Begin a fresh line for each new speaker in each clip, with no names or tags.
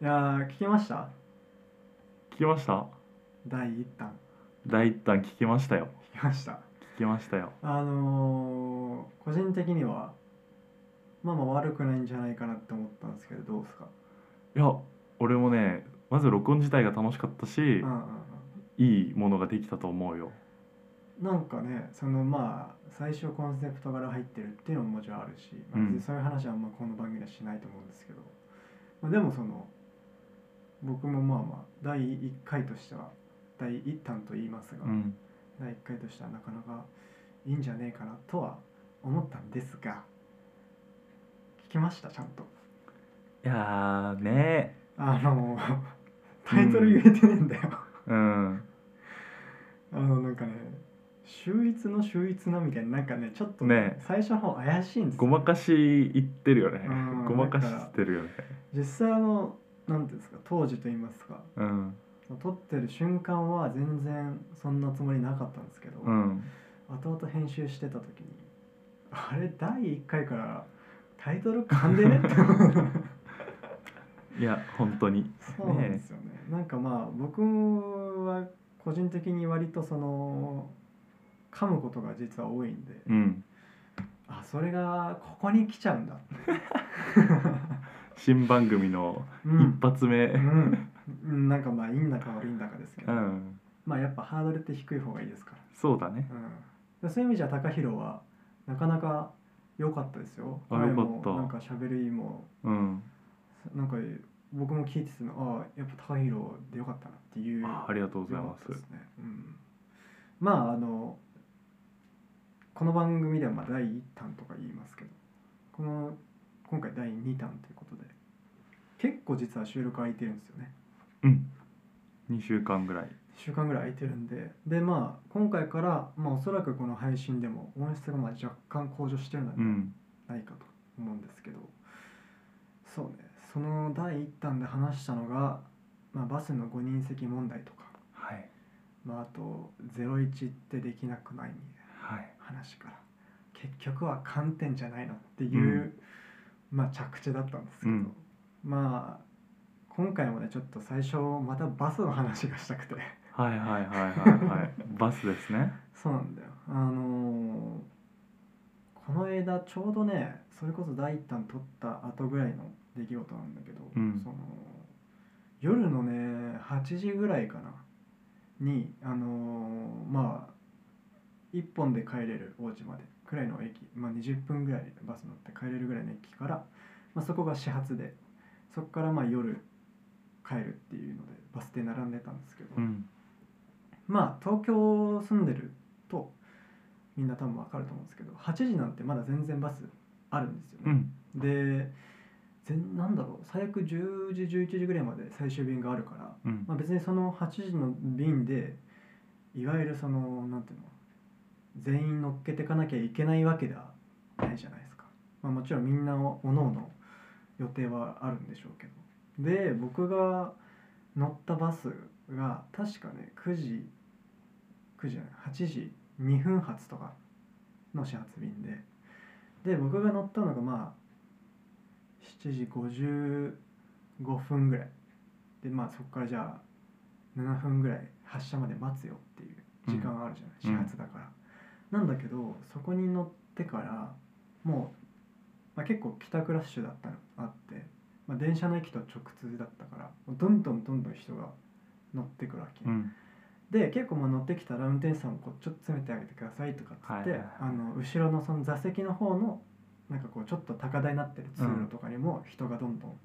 いやー聞きました
聞きました
第一弾
第一弾聞きましたよ
聞きました
聞きましたよ
あのー、個人的にはまあまあ悪くないんじゃないかなって思ったんですけどどうですか
いや俺もねまず録音自体が楽しかったし、
うんうん
いいものができたと思うよ
うんなんかねそのまあ最初コンセプトから入ってるっていうのももちろんあるし、まあ
うん
別にそういう話はあんまこの番組ではしないと思うんですけど、まあ、でもその僕もまあまあ第1回としては第1弾と言いますが、
うん
第1回としてはなかなかいいんじゃねえかなとは思ったんですが聞きましたちゃんと
いやーね
あのタイトル言えてねえんだよ、
うん
あのなんかね秀逸の秀逸のみたいななんかねちょっと
ね
最初の方怪しいんです
ごまかし言ってるよね
うん
ごまかしてるよね
実際あのなんていうんですか当時と言いますか
うん
撮ってる瞬間は全然そんなつもりなかったんですけど、
うん
後々編集してた時にあれ第1回からタイトル噛んでねって
いや本当に
そうなんですよねなんかまあ僕は個人的に割とその噛むことが実は多いんで
うん
あそれがここに来ちゃうんだって、
新番組の
うん
一発目
うんうん、なんかまあいいんだか悪いんだかですけ
う
ど、
ん
まあやっぱハードルって低い方がいいですか
そうだね
ら、うん、そういう意味じゃ高弘はなかなか良かったですよ
あ
前も
良かった
なんか喋りも
うん
なんか僕も聞いててのああやっぱ高弘で良かったなっていう
あありがとうございます
良かったですねうん、まああのこの番組ではまあ第1弾とか言いますけどこの今回第2弾ということで結構実は収録空いてるんですよね
うん2週間ぐらい
1週間ぐらい空いてるんででまあ今回から、まあ、おそらくこの配信でも音質がまあ若干向上してるので
う
は
ん
ないかと思うんですけど、そうねその第一弾で話したのが、まあ、バスの5人席問題とか、
はい
まあ、あと「01ってできなくない」みたいな
はい
話から結局は観点じゃないのっていう、まあ、着地だったんですけど、
うん
まあ今回もねちょっと最初またバスの話がしたくて。
はいはいはいはいはいバスですね
そうなんだよあのーこの間ちょうどねそれこそ第一弾撮った後ぐらいの出来事なんだけど、
うん
その夜のね8時ぐらいかなにあのーまあ1本で帰れるお家までくらいの駅、まあ、20分ぐらいバス乗って帰れるぐらいの駅から、まあ、そこが始発でそこからまあ夜帰るっていうのでバス停並んでたんですけど、
うん
まあ東京住んでるとみんな多分わかると思うんですけど8時なんてまだ全然バスあるんですよ
う
ね、
ん
で全なんだろう最悪10時11時ぐらいまで最終便があるから、
うん
まあ、別にその8時の便でいわゆるそのなんていうの全員乗っけてかなきゃいけないわけではないじゃないですか、まあ、もちろんみんなおのおの予定はあるんでしょうけどで僕が乗ったバスが確かね9時9時じゃない8時2分発とかの始発便でで僕が乗ったのがまあ7時55分ぐらいでまあそこからじゃあ7分ぐらい発車まで待つよっていう時間あるじゃない、
うん
始発だから、なんだけどそこに乗ってからもう、まあ、結構帰宅ラッシュだったのあって、まあ、電車の駅と直通だったからもうどんどんどんどん人が乗ってくるわけ、
うん
で結構まあ乗ってきたら運転手さんもこうちょっと詰めてあげてくださいとかっつって、
はいはいはい
あの後ろのその座席の方のなんかこうちょっと高台になってる通路とかにも人がどんどん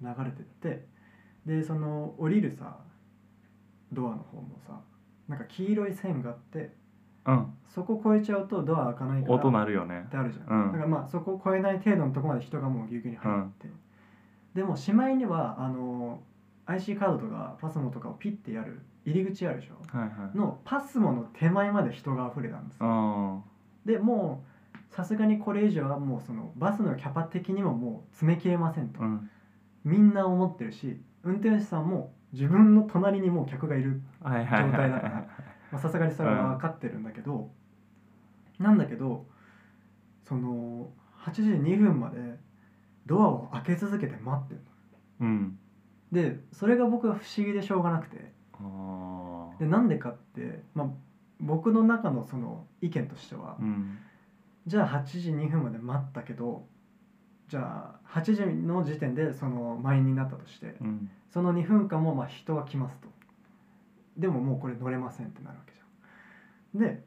流れてって、でその降りるさドアの方もさなんか黄色い線があって
うん
そこ越えちゃうとドア開かないから
音鳴るよね
ってあるじゃん、
うん
だからまあそこを超えない程度のとこまで人がもうぎゅうぎゅうに入って、でもしまいにはあの IC カードとかパスモとかをピッてやる入り口あるでしょ
はいはい
のパスモの手前まで人が溢れたんですよ
あ
でもうさすがにこれ以上はもうそのバスのキャパ的にももう詰めきれませんと、
あうん
みんな思ってるし運転手さんも自分の隣にもう客がいる
はいはいはい
状
は
態
い
だからまあさすがにそれは分かってるんだけど、なんだけどその8時2分までドアを開け続けて待ってる
うん
でそれが僕は不思議でしょうがなくて
ああ
でなんでかって、まあ、僕の中のその意見としては、
うん
じゃあ8時2分まで待ったけどじゃあ8時の時点でその満員になったとして
うん
その2分間もまあ人は来ますとでももうこれ乗れませんってなるわけじゃんで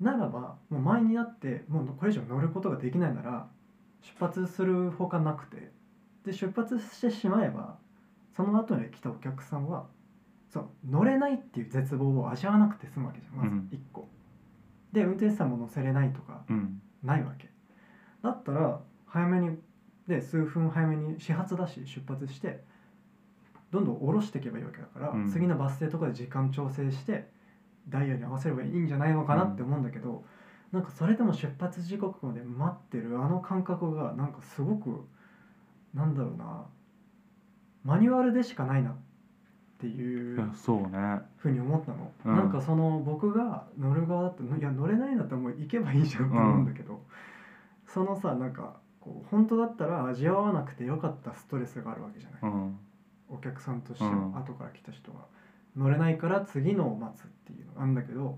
ならばもう満員になってもうこれ以上乗ることができないなら出発するほかなくてで出発してしまえばその後に来たお客さんはそう乗れないっていう絶望を味わわなくて済むわけじゃんまず
うん
1個、で運転手さんも乗せれないとか
うん
ないわけだったら早めにで数分早めに始発だし出発してどんどん下ろしていけばいいわけだから、
うん
次のバス停とかで時間調整してダイヤに合わせればいいんじゃないのかなって思うんだけど、なんかそれでも出発時刻まで待ってるあの感覚がなんかすごくなんだろうなマニュアルでしかないなってい
いうやそうね
ふうに思ったの、
うん
なんかその僕が乗る側だっていや乗れないんだったらもう行けばいいじゃんと思うんだけど、そのさなんかこう本当だったら味わわなくてよかったストレスがあるわけじゃない、
うん
お客さんとしては
うん
後から来た人が乗れないから次のを待つっていうのがあるんだけど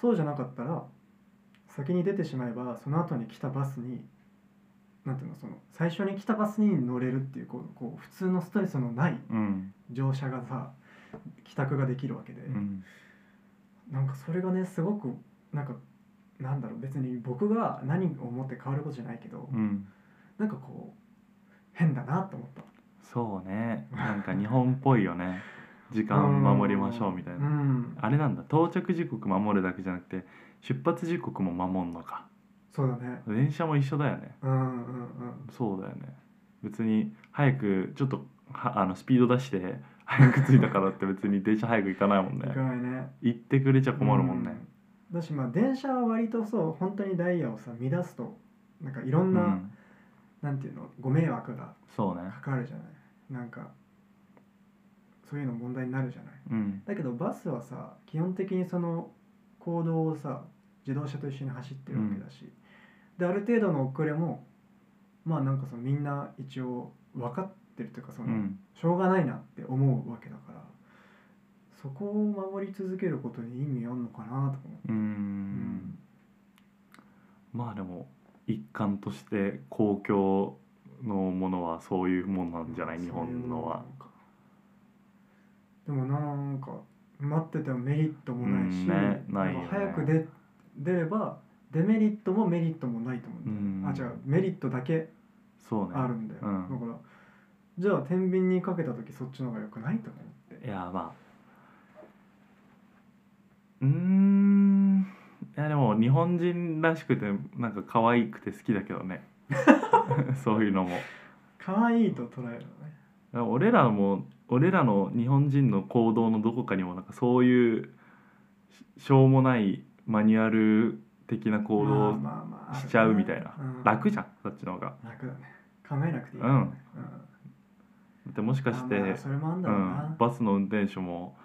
そうじゃなかったら先に出てしまえばその後に来たバスになんていうのその最初に来たバスに乗れるっていうこうこう普通のストレスのない
うん
乗車がさ帰宅ができるわけで。
うん
なんかそれがねすごくなんかなんだろう別に僕が何を思って変わることじゃないけど、
うん
なんかこう変だなと思った
そうねなんか日本っぽいよね時間守りましょうみたい
うん
なあれなんだ到着時刻守るだけじゃなくて出発時刻も守んのか
そうだね
電車も一緒だよね
うんうんうん
そうだよね別に早くちょっとはあのスピード出して早く着いたからって別に電車早く行かないもん
行
ね
かないね
行ってくれちゃ困るもんね
うんだしまあ電車は割とそう本当にダイヤをさ乱すとなんかいろ
うんん、
な、なんていうのご迷惑が
そうね
かかるじゃないなんかそういうの問題になるじゃない
うん
だけどバスはさ基本的にその行動をさ自動車と一緒に走ってるわけだし、である程度の遅れもまあなんかそのみんな一応分かってるというかそうの、
ん
しょうがないなって思うわけだからそこを守り続けることに意味あんのかなと思って
うーんまあでも一環として公共のものはそういうもんなんじゃない日本のは。
でもなんか待っててもメリットもないし、
うんねないよね
んか早く出出ればデメリットもメリットもないと思うんだよね、
うん
あ違うメリットだけ
そうね
あるんだよ、
うん
だからじゃあ天秤にかけた時そっちの方が良くないと思って
いやまあうーんいやでも日本人らしくてなんか可愛くて好きだけどね そういうのも
可愛いと捉えるのね
俺らも俺らの日本人の行動のどこかにもなんかそういうししょうもないマニュアル的な行動を
まあまあまあ
しちゃうみたいな、
うん
楽じゃんそっちの方がだ
楽だね考えなくていいからね、
ってもし
う
かして、
あまあそれもあんだろうな、
うん、バスの運転手も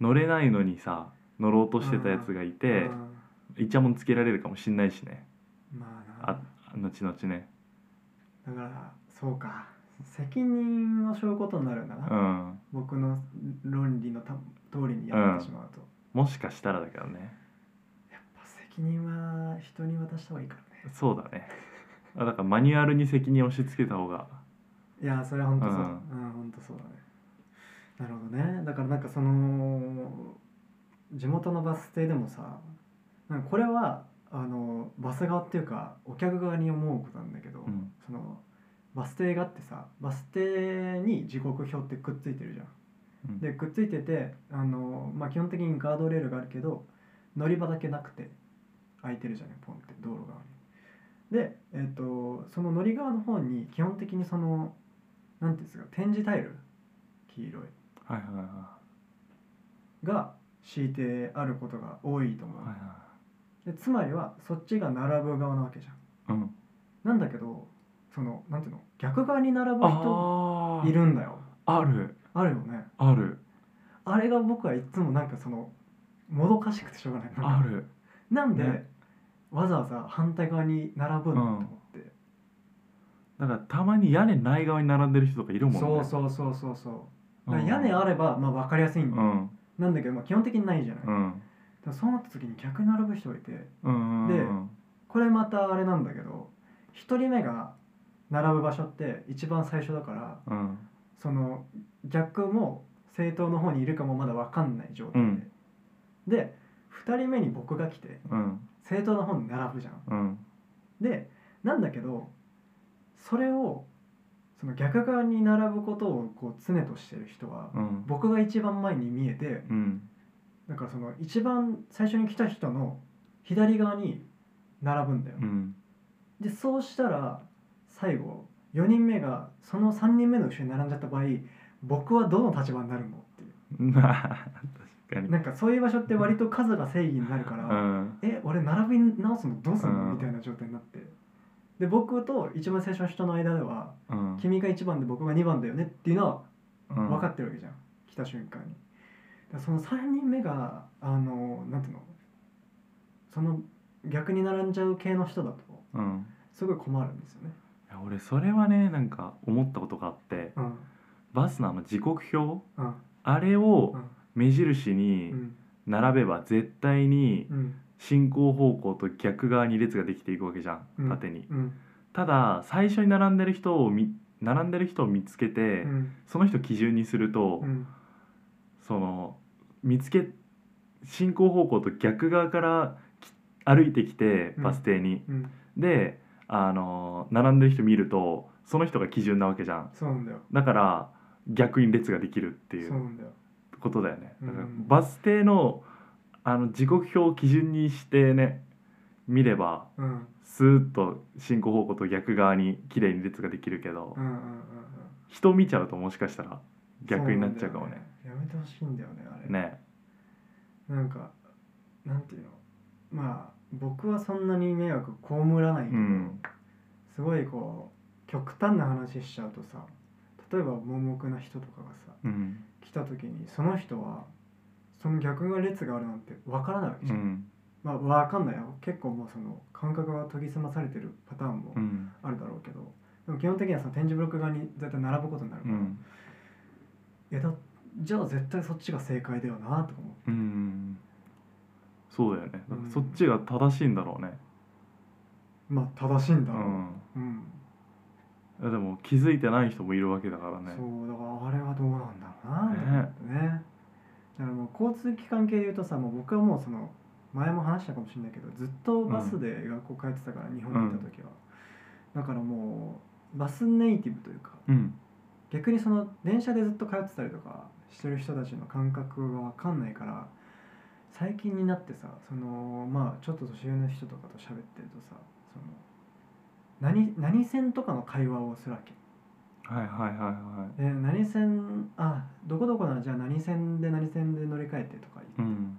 乗れないのにさ乗ろうとしてたやつがいて
うん
イチャモンつけられるかもしんないしね
まあな
あ後々ね
だからそうか責任を背負うことになるんだな、
うん
僕の論理のた通りにやってしまうと、
もしかしたらだけどね
やっぱ責任は人に渡した方がいいからね
そうだねあだからマニュアルに責任を押し付けた方が
いやーそれは本当そうう
う
んん、本当そうだねなるほどねだからなんかその地元のバス停でもさなんかこれはあのバス側っていうかお客側に思うことなんだけど、
うん
そのバス停があってさバス停に時刻表ってくっついてるじゃん
うん
でくっついててあの、まあ、基本的にガードレールがあるけど乗り場だけなくて空いてるじゃないポンって道路側に。で、えっとその乗り側の方に基本的にそのなんていうんですか展示タイル黄色い
はいはいは
が敷いてあることが多いと思、
いうはい
でつまりはそっちが並ぶ側なわけじゃん。
はいうん
なんだけどそのなんていうの逆側に並ぶ人
あ
いるんだよ
ある
あるよね
ある
あれが僕はいつもなんかそのもどかしくてしょうがないなんか
ある
なんで、
ね
わざわざ反対側に並ぶのと思って、
だからたまに屋根ない側に並んでる人とかいるもんね
そうそうそうそうそうだ
う
か
ん
ら屋根あれば、まあ、分かりやすいんだ
う
よ
ん
なんだけど、まあ、基本的にないじゃない、だ
う
か
ん
らそうなった時に逆に並ぶ人がいて
うん
で
うん
これまたあれなんだけど1人目が並ぶ場所って一番最初だから
うん
その逆も政党の方にいるかもまだ分かんない状態で、
うん
で2人目に僕が来て
うん
政党の方に並ぶじゃん
うん
でなんだけどそれをその逆側に並ぶことをこう常としてる人は、
うん
僕が一番前に見えて
うん
だからその一番最初に来た人の左側に並ぶんだよ、
うん
でそうしたら最後4人目がその3人目の後ろに並んじゃった場合僕はどの立場になるのっていう
うんあ確かに
なんかそういう場所って割と数が正義になるから、
うん
え俺並び直すのどうすんの、
うん
みたいな状態になってで僕と一番最初の人の間では
うん
君が1番で僕が2番だよねっていうのは
うん
分かってるわけじゃん、来た瞬間にだからその3人目があのなんていうのその逆に並んじゃう系の人だと
うん
すごい困るんですよね、
いや俺それはねなんか思ったことがあって
うん
バスのあの時刻表
うん
あれを
うん
目印に
うん
並べば絶対に
うん
進行方向と逆側に列ができていくわけじゃ
うん
ん縦に、
うん
ただ最初に並んでる人を見並んでる人を見つけて、
うん
その人基準にすると、
うん
その見つけ進行方向と逆側からき歩いてきて
うん
バス停に、
うん
であの並んでる人見るとその人が基準なわけじゃん
そうなんだよ
だから逆に列ができるってい
そうな
うん
だよ
ことだよねだから
うん
バス停のあの時刻表を基準にしてね見れば
うんうん
スーッと進行方向と逆側に綺麗に列ができるけど、
うんうんうん
人見ちゃうともしかしたら逆になっちゃうかもね
そうなんだよねやめてほしいんだよねあれ
ね
なんかなんていうのまあ僕はそんなに迷惑被らないけ
う
ど、
ん
すごいこう極端な話しちゃうとさ例えば盲目な人とかがさ
うん
来た時にその人はその逆が列があるなんてわからないわけ
う
じゃん、
ん
まあわかんないよ結構もうその感覚が研ぎ澄まされてるパターンも
うん
あるだろうけど、でも基本的にはその展示ブロック側に絶対並ぶことになる
う
から、
ん
えだじゃあ絶対そっちが正解だよなとか思う
うんそうだよねだから
うん
そっちが正しいんだろうね
まあ正しいん
う
だろう、
ん
うん
でも気づいてない人もいるわけだからね
そうだからあれはどうなんだろうなと思ってねだからもう交通機関系で言うとさもう僕はもうその前も話したかもしれないけどずっとバスで学校帰ってたから、日本にいた時は、だからもうバスネイティブというか
うん
逆にその電車でずっと通ってたりとかしてる人たちの感覚が分かんないから最近になってさそのまあちょっと年上の人とかと喋ってるとさその何何線とかの会話をするわけ
はいはいはいはい
で何線あどこどこならじゃあ何線で何線で乗り換えてとか言って、
うん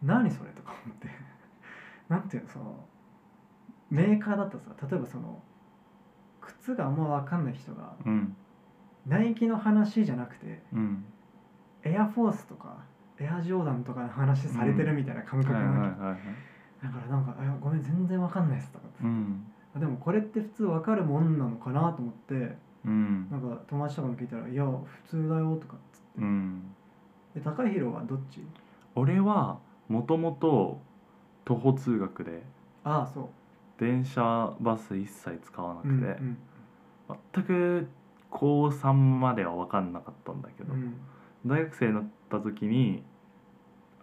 何それとか思って なんていうのそのメーカーだったらさ例えばその靴があんま分かんない人が
うん
ナイキの話じゃなくて
うん
エアフォースとかエアジョーダンとかの話されてるみたいな感
はい
覚
は
ないわけ、
はいはい
だからなんかあ「ごめん全然分かんないです」とか、
うん
あでもこれって普通分かるもんなのかなと思って
うん
なんか友達とかに聞いたら「いや普通だよ」とかっつって
うん
で高弘はどっち
俺はもともと徒歩通学で
ああそう
電車バス一切使わなくて、
うんうん
全く高3までは分かんなかったんだけど、
うん
大学生になった時に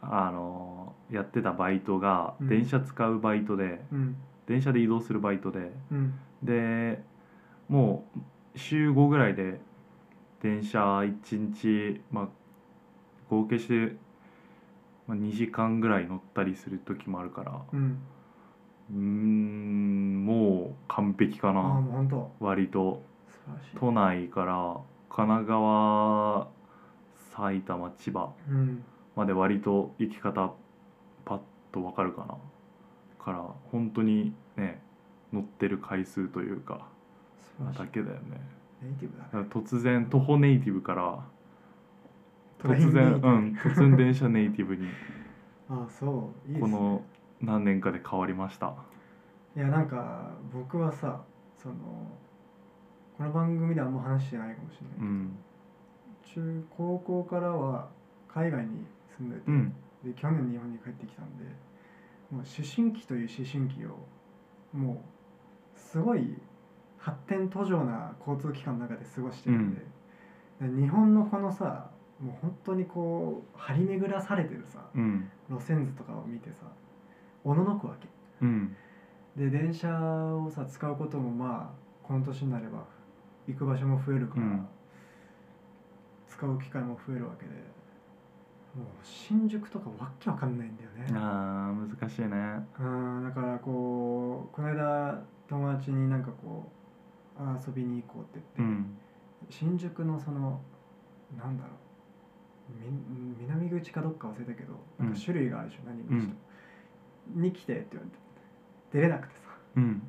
あのやってたバイトが
うん
電車使うバイトで、
うん
電車で移動するバイトで
うん
でもう週5ぐらいで電車1日、まあ、合計して、まあ、2時間ぐらい乗ったりする時もあるから
うん
うーんもう完璧か
ああ
な
もう本当
割と。
素晴らしい
都内から神奈川埼玉千葉
うん
まで割と行き方パッとわかるかなから本当にね乗ってる回数というか
素晴らしい
だけだよね
ネイティブだ
だ
ね
から突然徒歩ネイティブから
トレイン
突
ネイ
然
ティ
う
ブ
ん突然電車ネイティブに
ああそういいです
こ
ね
の何年かで変わりました
いやなんか僕はさそのこの番組ではあんま話してないかもしれないけ
う
ど、
ん
中高校からは海外に住んでて、
うん
で去年日本に帰ってきたんでもう思春期という思春期をもうすごい発展途上な交通機関の中で過ごしてるんで,で、日本のこのさもう本当にこう張り巡らされてるさ
うん
路線図とかを見てさおののくわけ
うん
で電車をさ使うこともまあこの年になれば行く場所も増えるから、
うん
使う機会も増えるわけでもう新宿とかわっけわかんないんだよね。
あー難しいね
うんだからこうこの間友達になんかこうあ遊びに行こうって
う
言って、
ん
新宿のそのなんだろうみ南口かどっか忘れたけどなんか種類があるでしょ、何口と、に来てって言われて出れなくてさ
うん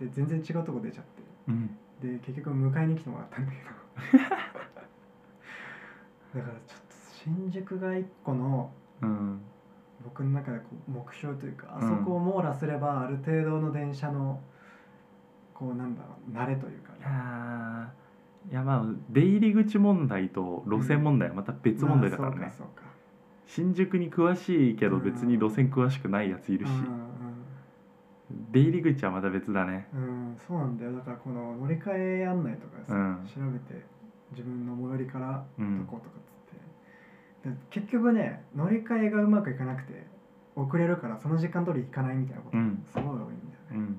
で全然違うとこ出ちゃって
うん
で結局迎えに来てもらったんだけ どだからちょっと新宿が一個の
うん
僕の中でこう目標というかあ
うん
そこを網羅すればある程度の電車のこうなんだろう慣れというか
い
ね
やーいやまあ出入り口問題と路線問題はまた別問題だからね、
まあそうか
新宿に詳しいけど別に路線詳しくないやつ
そ
い
う
る
かう
し、
ん
出入り口はまた別だね
うん、うん、そうなんだよだからこの乗り換え案内とかさ、
うん
調べて自分の最寄りから
う
ど
ん
ことかっつって、で結局ね乗り換えがうまくいかなくて遅れるからその時間通り行かないみたいなこと
う
が
ん
すごい多いんだよね、
うん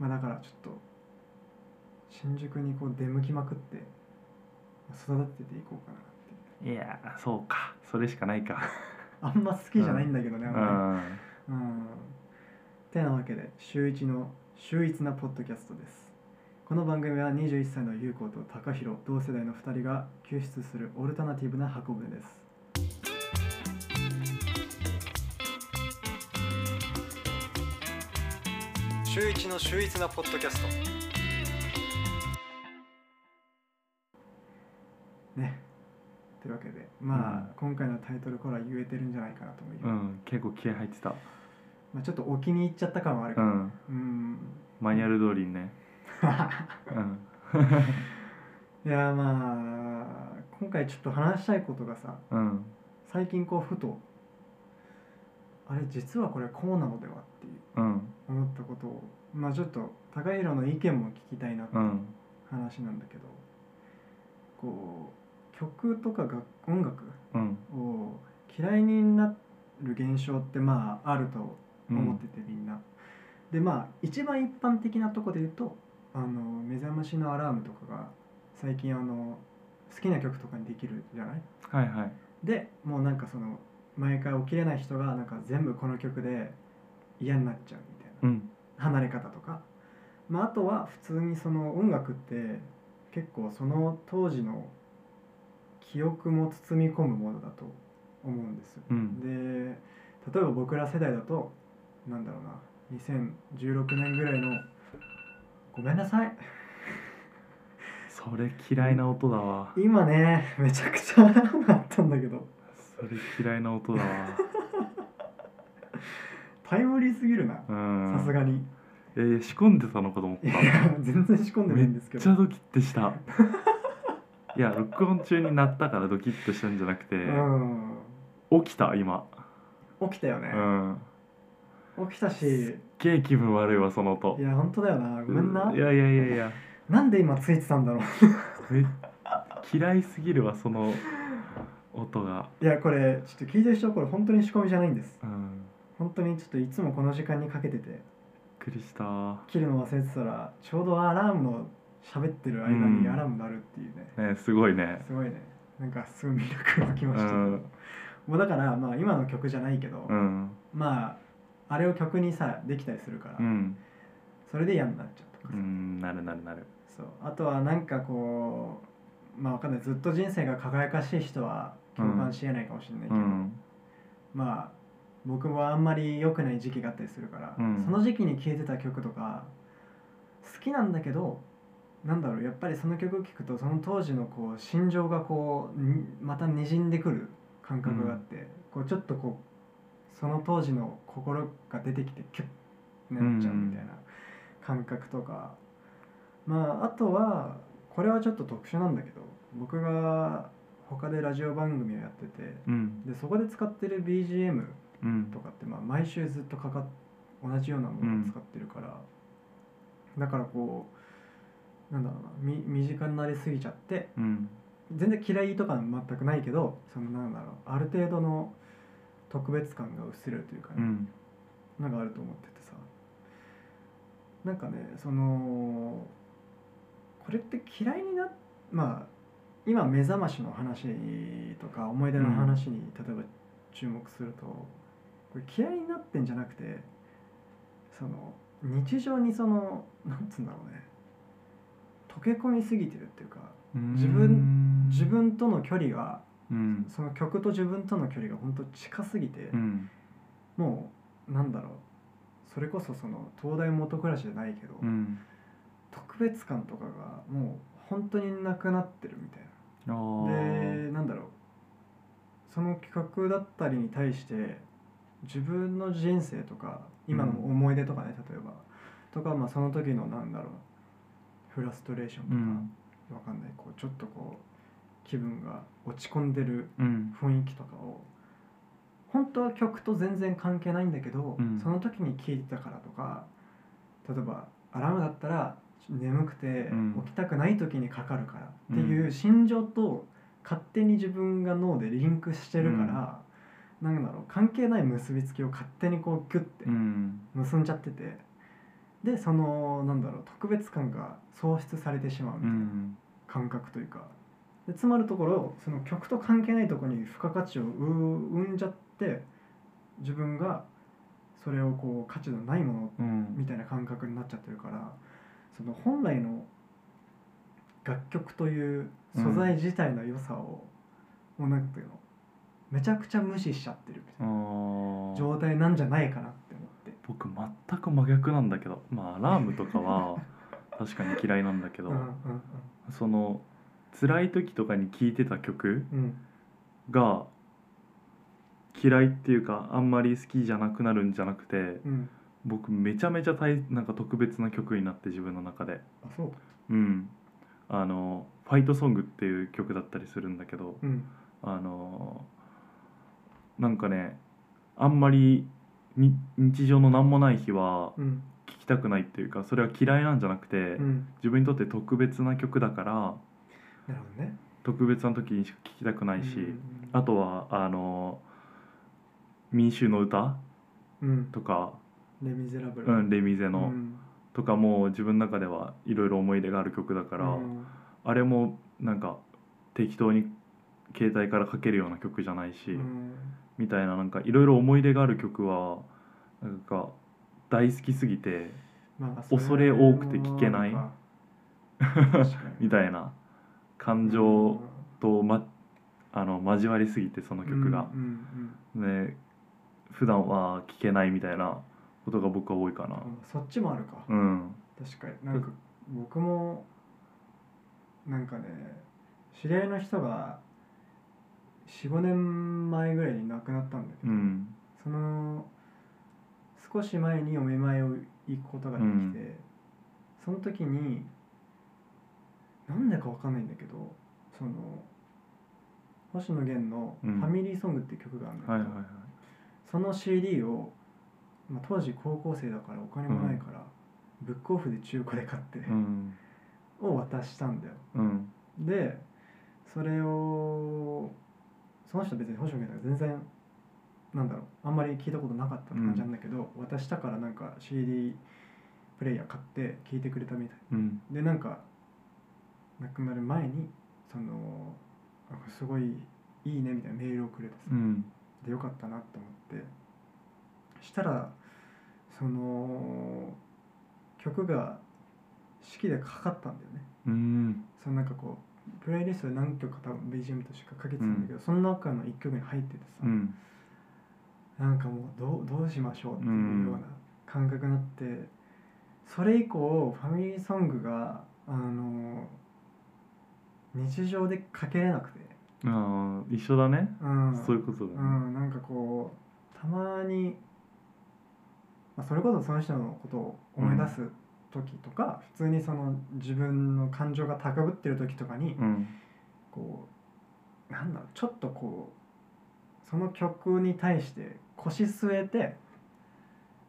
まあ、だからちょっと新宿にこう出向きまくって育てていこうかなって
いやーそうかそれしかないか
あんま好きじゃないんだけどね、
う
あんま
ん
りうん。てなわけで週一の秀逸なポッドキャストですこの番組は21歳の優子と高弘同世代の2人が救出するオルタナティブな箱舟です週一の秀逸なポッドキャストねというわけでまあ、今回のタイトルから言えてるんじゃないかなと思います、
うん結構気合入ってた
まあ、ちょっとお気に入っちゃった感はあるけ
う
ど
ん
うん
マニュアル通りにねうん
いやまあ今回ちょっと話したいことがさ
うん
最近こうふとあれ実はこれこうなのではっていう
うん
思ったことをまあちょっと高弘の意見も聞きたいなって
うん
話なんだけど、こう曲とかが音楽
うん
を嫌いになる現象ってまああると
う
思っ
ん
ててみんな、でまあ一番一般的なとこで言うとあの目覚ましのアラームとかが最近あの好きな曲とかにできるじゃない
はいはい
でもうなんかその毎回起きれない人がなんか全部この曲で嫌になっちゃうみたいな
うん
離れ方とか、まあ、あとは普通にその音楽って結構その当時の記憶も包み込むものだと思うんですよ
うん
で例えば僕ら世代だとなんだろうな2016年ぐらいの「ごめんなさい
それ嫌いな音だわ
今ねめちゃくちゃあったんだけど
それ嫌いな音だわ
タイムリーすぎるな
うん
さすがに
えー仕込んでたのかと思っ
い
た
や全然仕込んでないんですけ
めっちゃ
ど
ドキッてしたいや録音中になったからドキッとしたんじゃなくて、
うん
起きた今
起きたよ
う
ね、
ん
起きたし
ゲー気分悪いわその音
いや本当だよなごめんな、
いやいやいやいや
なんで今ついてたんだろう
め嫌いすぎるわその音が
いやこれちょっと聞いてる人これ本当に仕込みじゃないんです
うん
本当にちょっといつもこの時間にかけてて
びっくりした
切るの忘れてたらちょうどアラームの喋ってる間に
うん
アラーム鳴るっていうね、
ねすごいね
すごいねなんかすごい魅力が湧きましたけど、
うん
もうだからまあ今の曲じゃないけど、
うん
まああれを曲にさできたりするから、
うん
それで嫌になっちゃうとか
う
さ、
んなるなるなる
そうあとはなんかこうまあわかんないずっと人生が輝かしい人は共感し得ないかもしれないけ
う
ど、
ん
まあ僕もあんまり良くない時期があったりするから、
うん
その時期に聴いてた曲とか好きなんだけどなんだろうやっぱりその曲聴くとその当時のこう心情がこうんまたにじんでくる感覚があって、こうちょっとこうその当時の心が出てきてキュッなっちゃうみたいな感覚とか、まああとはこれはちょっと特殊なんだけど僕が他でラジオ番組をやってて
うん
でそこで使ってる BGM
うん
とかってまあ毎週ずっとかかっ同じようなものを使ってるから、だからこうなんだろうなみ身近になりすぎちゃって
うん
全然嫌いとか全くないけどそのなんだろうある程度の特別感が薄れるというかね、
うん
なんかあると思っててさなんかねそのこれって嫌いになっまあ今目覚ましの話とか思い出の話に例えば注目すると、これ嫌いになってんじゃなくてその日常にそのなんつうんだろうね溶け込みすぎてるっていうか自分自分との距離が
うん
その曲と自分との距離が本当近すぎて。
うん
もうなんだろうそれこそその東大元暮らしじゃないけど、
うん
特別感とかがもう本当になくなってるみたい
あ
な
ー
でなんだろうその企画だったりに対して自分の人生とか今の思い出とかね、例えばとか、まあ、その時のなんだろうフラストレーションと
う
か、
ん
わかんないこうちょっとこう気分が落ち込んでる
うん
雰囲気とかを本当は曲と全然関係ないんだけど、
うん
その時に聴いてたからとか例えばアラームだったら眠くて
うん
起きたくない時にかかるから
う
って
ん
いう心情と勝手に自分が脳でリンクしてるから、なんだろう関係ない結びつきを勝手にこうギュッて
うん
結んじゃっててでそのなんだろう特別感が喪失されてしまうみ
う
たいな。
ん
感覚というかでつまるところその曲と関係ないところに付加価値をう生んじゃって自分がそれをこう価値のないもの
うん
みたいな感覚になっちゃってるからその本来の楽曲という素材自体の良さを、もうなんていうのめちゃくちゃ無視しちゃってるみたい
あ
な
ー
状態なんじゃないかなって思って。
僕全く真逆なんだけどまあアラームとかは確かに嫌いなんだけ
う
ど、
んうん
その辛い時とかに聴いてた曲
うんうん
が嫌いっていうかあんまり好きじゃなくなるんじゃなくて
うん
僕めちゃめちゃ大なんか特別な曲になって自分の中で
あそう
うんあの「ファイトソング」っていう曲だったりするんだけど
うん
あのなんかねあんまりに日常の何もない日は
うん
聴きたくないっていうかそれは嫌いなんじゃなくて
うん
自分にとって特別な曲だから
なるほどね。
特別な時にしか聴きたくないし、
うんうん
あとはあの民衆の歌
うん
とか、
レ・ミゼラブル。
うん、レ・ミゼの、
うん
とかも自分の中ではいろいろ思い出がある曲だから、
うん
あれもなんか適当に携帯からかけるような曲じゃないし、
うん
みたいななんかいろいろ思い出がある曲はなんか大好きすぎて
まあ
恐れ多くて聞けない
それはなんか確かに
みたいな 感情と、ま、あの交わりすぎてその曲が、
うんうん
ね普段は聴けないみたいなことが僕は多いかな
うんあそっちもあるか、
うん
確かになんか僕もなんかね知り合いの人が45年前ぐらいに亡くなったんだけ
う
ど、
ん
その少し前にお見舞いを行くことができて、
うん
その時になんでかわかんないんだけどその星野源の「
う
フ
ん
ァミリーソング」っていう曲があるんだけど、
はいはいはい
その CD を、まあ、当時高校生だからお金もないから、ブックオフで中古で買って、
うん
を渡したんだよ
うん
でそれをその人別に本性源とか全然なんだろうあんまり聞いたことなかった感じなんだけど、渡したからなんか CD プレイヤー買って聞いてくれたみたい
うん
でなんか亡くなる前にそのあこれすごいいいねみたいなメールをくれてさ、
うん
でよかったなって思ってしたらその曲が式でかかったんだよね
うん
そのなんかこうプレイリストで何曲か多分 BGM としかかけてたんだけど、その中の1曲に入っててさ、
うん
なんかもうどうどうしましょうっていうような感覚になって、それ以降ファミリーソングがあの日常でかけれなくて、
ああ一緒だね、
うん、
そういうことだ
う
ね
ん、なんかこうたまに、まあ、それこそその人のことを思い出す時とか普通にその自分の感情が高ぶってる時とかに
うん
こうなんだろうちょっとこうその曲に対して腰据えて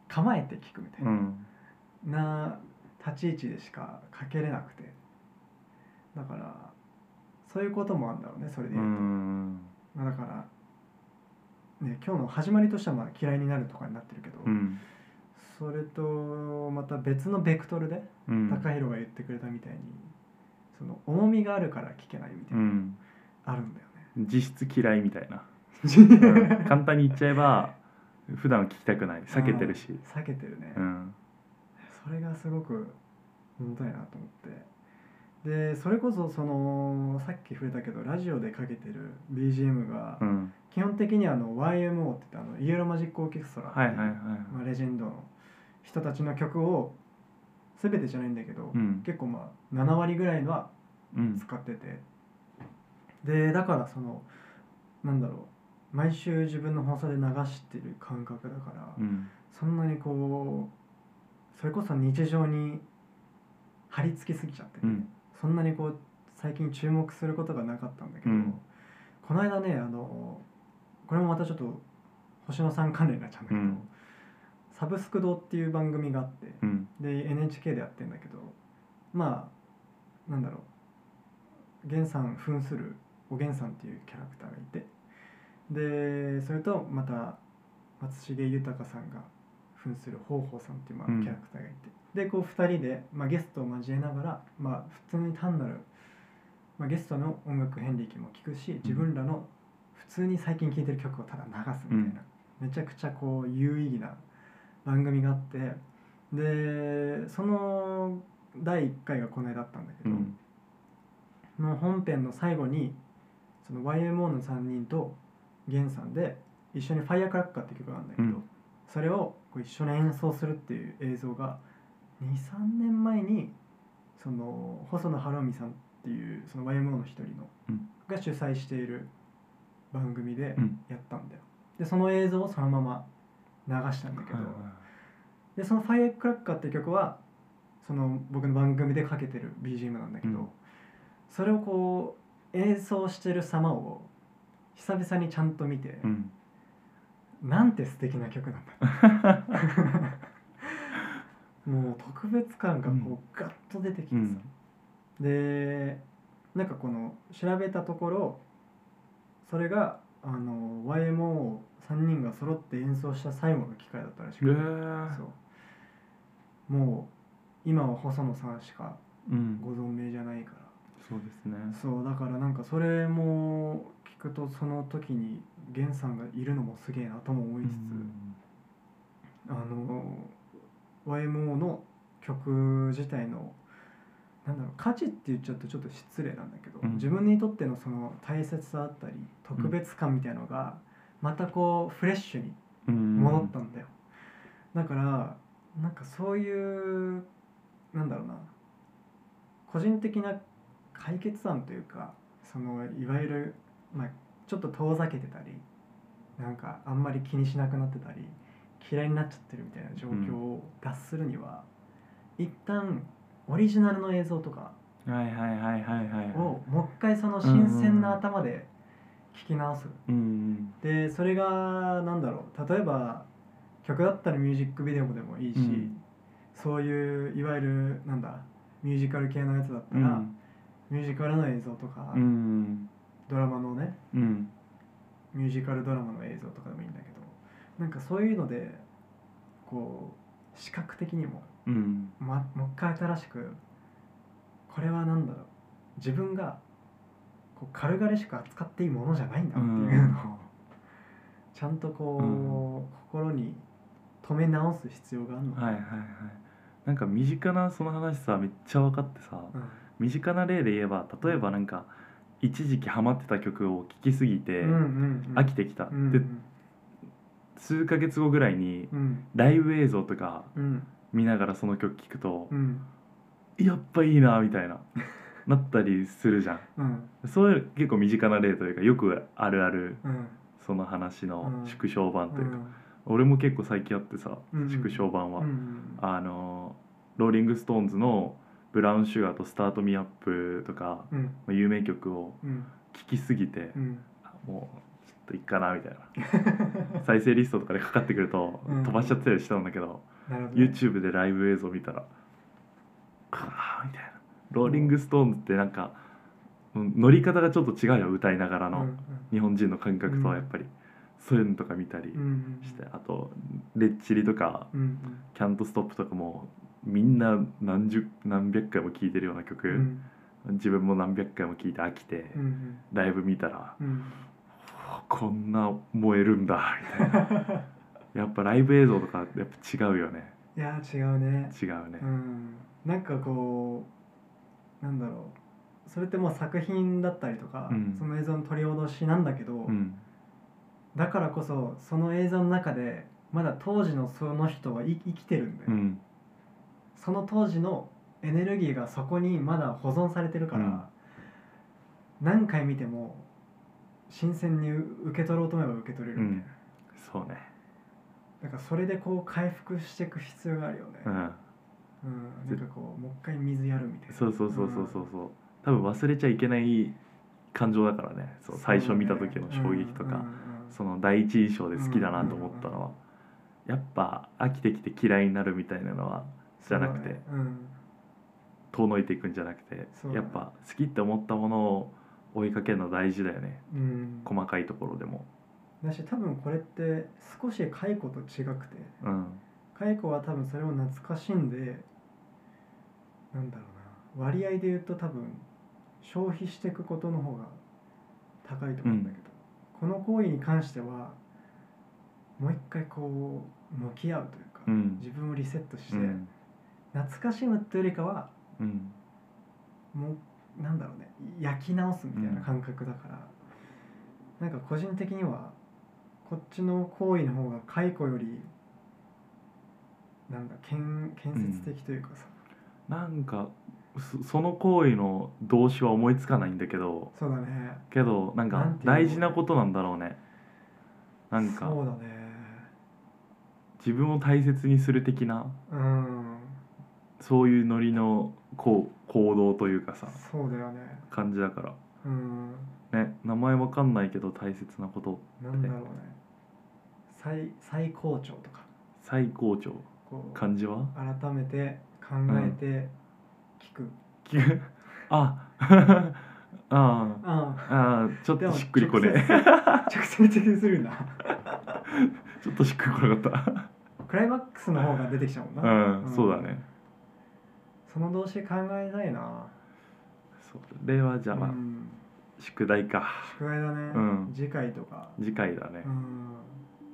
構えて聴くみたいな。
うん
な立ち位置でしかかけれなくてだからそういうこともあるんだろうねそれで
う
言うと、
ん
まあ、だから、ね、今日の始まりとしてはまあ嫌いになるとかになってるけど、
うん
それとまた別のベクトルで
うん
高弘が言ってくれたみたいにその重みがあるから聞けないみたいうな、
ん
あるんだよ
実質嫌いみたいな、うん
ね
簡単に言っちゃえば普段は聞きたくない避けてるし
避けてるね、
うん
それがすごく問題なと思ってでそれこそそのさっき触れたけどラジオでかけてる BGM が、
うん
基本的にあの YMO って言ってあのイエローマジックオーケストラって、
はいいうはいはい
まあ、レジェンドの人たちの曲を全てじゃないんだけど、
うん
結構まあ7割ぐらいのは
うん
使っててでだからそのなんだろう毎週自分の放送で流してる感覚だから、
うん
そんなにこうそれこそ日常に張り付きすぎちゃってて、
うん
そんなにこう最近注目することがなかったんだけど、
うん
この間ねあのこれもまたちょっと星野さん関連になっちゃうんだけど「
うん
サブスク堂」っていう番組があって
うん
で NHK でやってんだけどまあなんだろう源さん扮するおげんさんっていうキャラクターがいてでそれとまた松重豊さんが扮するほうほうさんっていうまあ
うん
キャラクターがいて、でこう2人で、まあ、ゲストを交えながら、まあ、普通に単なる、まあ、ゲストの音楽遍歴も聞くし自分らの普通に最近聴いてる曲をただ流すみたいな、めちゃくちゃこう有意義な番組があってでその第1回がこの間だったんだけ
う
ど、
ん
の本編の最後にその YMO の3人と源さんで一緒に「ファイアクラッカーって曲があるんだけど、
うん
それをこう一緒に演奏するっていう映像が23年前にその細野晴臣さんっていうその YMO の一人の、
うん
が主催している番組で
うん
やったんだよ。でその映像をそのまま流したんだけど、でその「ファイアクラッカー」っていう曲はその僕の番組でかけてる BGM なんだけど、
うん
それをこう演奏してる様を久々にちゃんと見て、
うん
なんて素敵な曲なんだ もう特別感がこうガッと出てきて
う
さ、
ん
でなんかこの調べたところそれがあの YMO3 人が揃って演奏した最後の機会だったらし
え
くて。
ー
そうもう今は細野さんしか
うん
ご存命じゃないから、
そうですね
そうだからなんかそれも聞くとその時に源さんがいるのもすげえなとも思いつつ、あの YMO の曲自体のなんだろう価値って言っちゃうとちょっと失礼なんだけど、
うん
自分にとってのその大切さだったり特別感みたいのがまたこうフレッシュに
うん
戻ったんだよ、だからなんかそういうなんだろうな個人的な解決案というかそのいわゆる、まあ、ちょっと遠ざけてたりなんかあんまり気にしなくなってたり嫌いになっちゃってるみたいな状況を脱するには、一旦オリジナルの映像とか
はいはいはいはいはい
をもう一回その新鮮な頭で聞き直す
うん
でそれがなんだろう例えば曲だったらミュージックビデオでもいいし、
うん
そういういわゆるなんだミュージカル系のやつだった
う
ら、
ん
ミュージカルの映像とか、
うん
ドラマのね
うん
ミュージカルドラマの映像とかでもいいんだけどなんかそういうのでこう視覚的にも、
うん
ま、もう一回新しくこれはなんだろう自分がこう軽々しく扱っていいものじゃないんだっていうのを、ちゃんとこう、
う
心に留め直す必要があるの、
はいはいはいなんか身近なその話さめっちゃ分かってさ
う
身近な例で言えば例えばなんか一時期ハマってた曲を聴きすぎて
んうんうん、
飽きてきた、
うん
で数ヶ月後ぐらいに
うん
ライブ映像とか
うん
見ながらその曲聴くと
う、ん
やっぱいいなみたいななったりするじゃん
うん
そういう結構身近な例というかよくあるある
うん
その話の
うん
縮小版というか、
うん
俺も結構最近あってさ、
うんうん
縮小版は、
うん
あのーローリング・ストーンズの「ブラウン・シュガー」と「スタート・ミー・アップ」とか
うん
まあ有名曲を
うん
聴きすぎて
う、ん
もうちょっといっかなみたいな再生リストとかでかかってくると
うん
飛ばしちゃったりしたんだけど、
なるほど、ね、
YouTube でライブ映像見たら「かあ」みたいな「ローリング・ストーンズ」ってなんか、うん、乗り方がちょっと違うよ歌いながらの、
うんうん
日本人の感覚とはやっぱり、そういうのとか見たり
うん
して、あと「レッチリ」とか
うんうん
「キャントストップ」とかもみんな何十何百回も聴いてるような曲、
うん
自分も何百回も聴いて飽きて、
うんうん
ライブ見たら
うん
こんな燃えるんだみたいな やっぱライブ映像とかやっぱ違うよね
いやー違うね
違うね
うんなんかこうなんだろうそれってもう作品だったりとか、
うん
その映像の取り戻しなんだけど、
うん
だからこそその映像の中でまだ当時のその人はい生きてるんだよ、
うん
その当時のエネルギーがそこにまだ保存されてるから、何回見ても新鮮に受け取ろうと思えば受け取れるみたいな、
そうね
だからそれでこう回復していく必要があるよね、
うん
うんなんかこうもう一回水やるみたいな
そうそうそうそうそうそう多分忘れちゃいけない感情だからねそう最初見た時の衝撃とか、その第一印象で好きだなと思ったのは、やっぱ飽きてきて嫌いになるみたいなのはじゃなくて、遠のいていくんじゃなくて、
そうだ
や
ね
っぱ好きって思ったものを追いかけるの大事だよね
うんうん
細かいところでも。
だし多分これって少し解雇と違くて
うん
解雇は多分それを懐かしんでなんだろうな割合で言うと多分消費していくことの方が高いと思うんだけど、この行為に関してはもう一回こう向き合うというか、
うん
自分をリセットして、
うん
懐かしむというよりかは
うん
もうなんだろうね焼き直すみたいな感覚だから、なんか個人的にはこっちの行為の方が解雇よりなんだ建建設的というかさ、
なんかそその行為の動詞は思いつかないんだけど
そうだね
けどなん
なん
か
ていうの
大事なことなんだろうねなんか
そうだね
自分を大切にする的な
うん
そういうノリのこう行動というかさ
そうだよね
感じだか
うん
らね名前わかんないけど大切なこと
なんだろうね最最高潮とか
最高潮
こう
漢字は
改めて考えて聞く、
きあ あ
ああ
ああちょっ
で
と
も
しっくりこね
直接 直接するんだ
ちょっとしっくりこなか
クライマックスの方が出てきちゃうもん
っ
な、
たうんそうだね
その動詞考えたいな
そう令和じゃあ、まあ
うん、
宿題か
宿題だね、
うん
次回とか
次回だね、
うん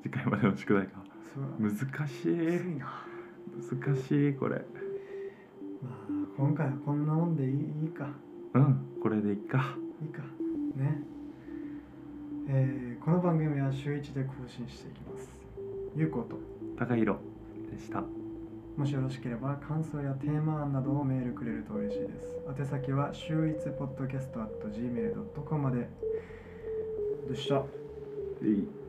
次回までの宿題か
そうだね
難し
きつ
い
いな、ま
難しいこれ
あ、今回はこんなもんでいいいいか
うんこれでいっか
いいかねえーこの番組は週1で更新していきますゆうこと
高弘でした
もしよろしければ感想やテーマ案などをメールくれると嬉しいです。宛先は週一ポッドキャスト at gmail.com まで。でした。
えい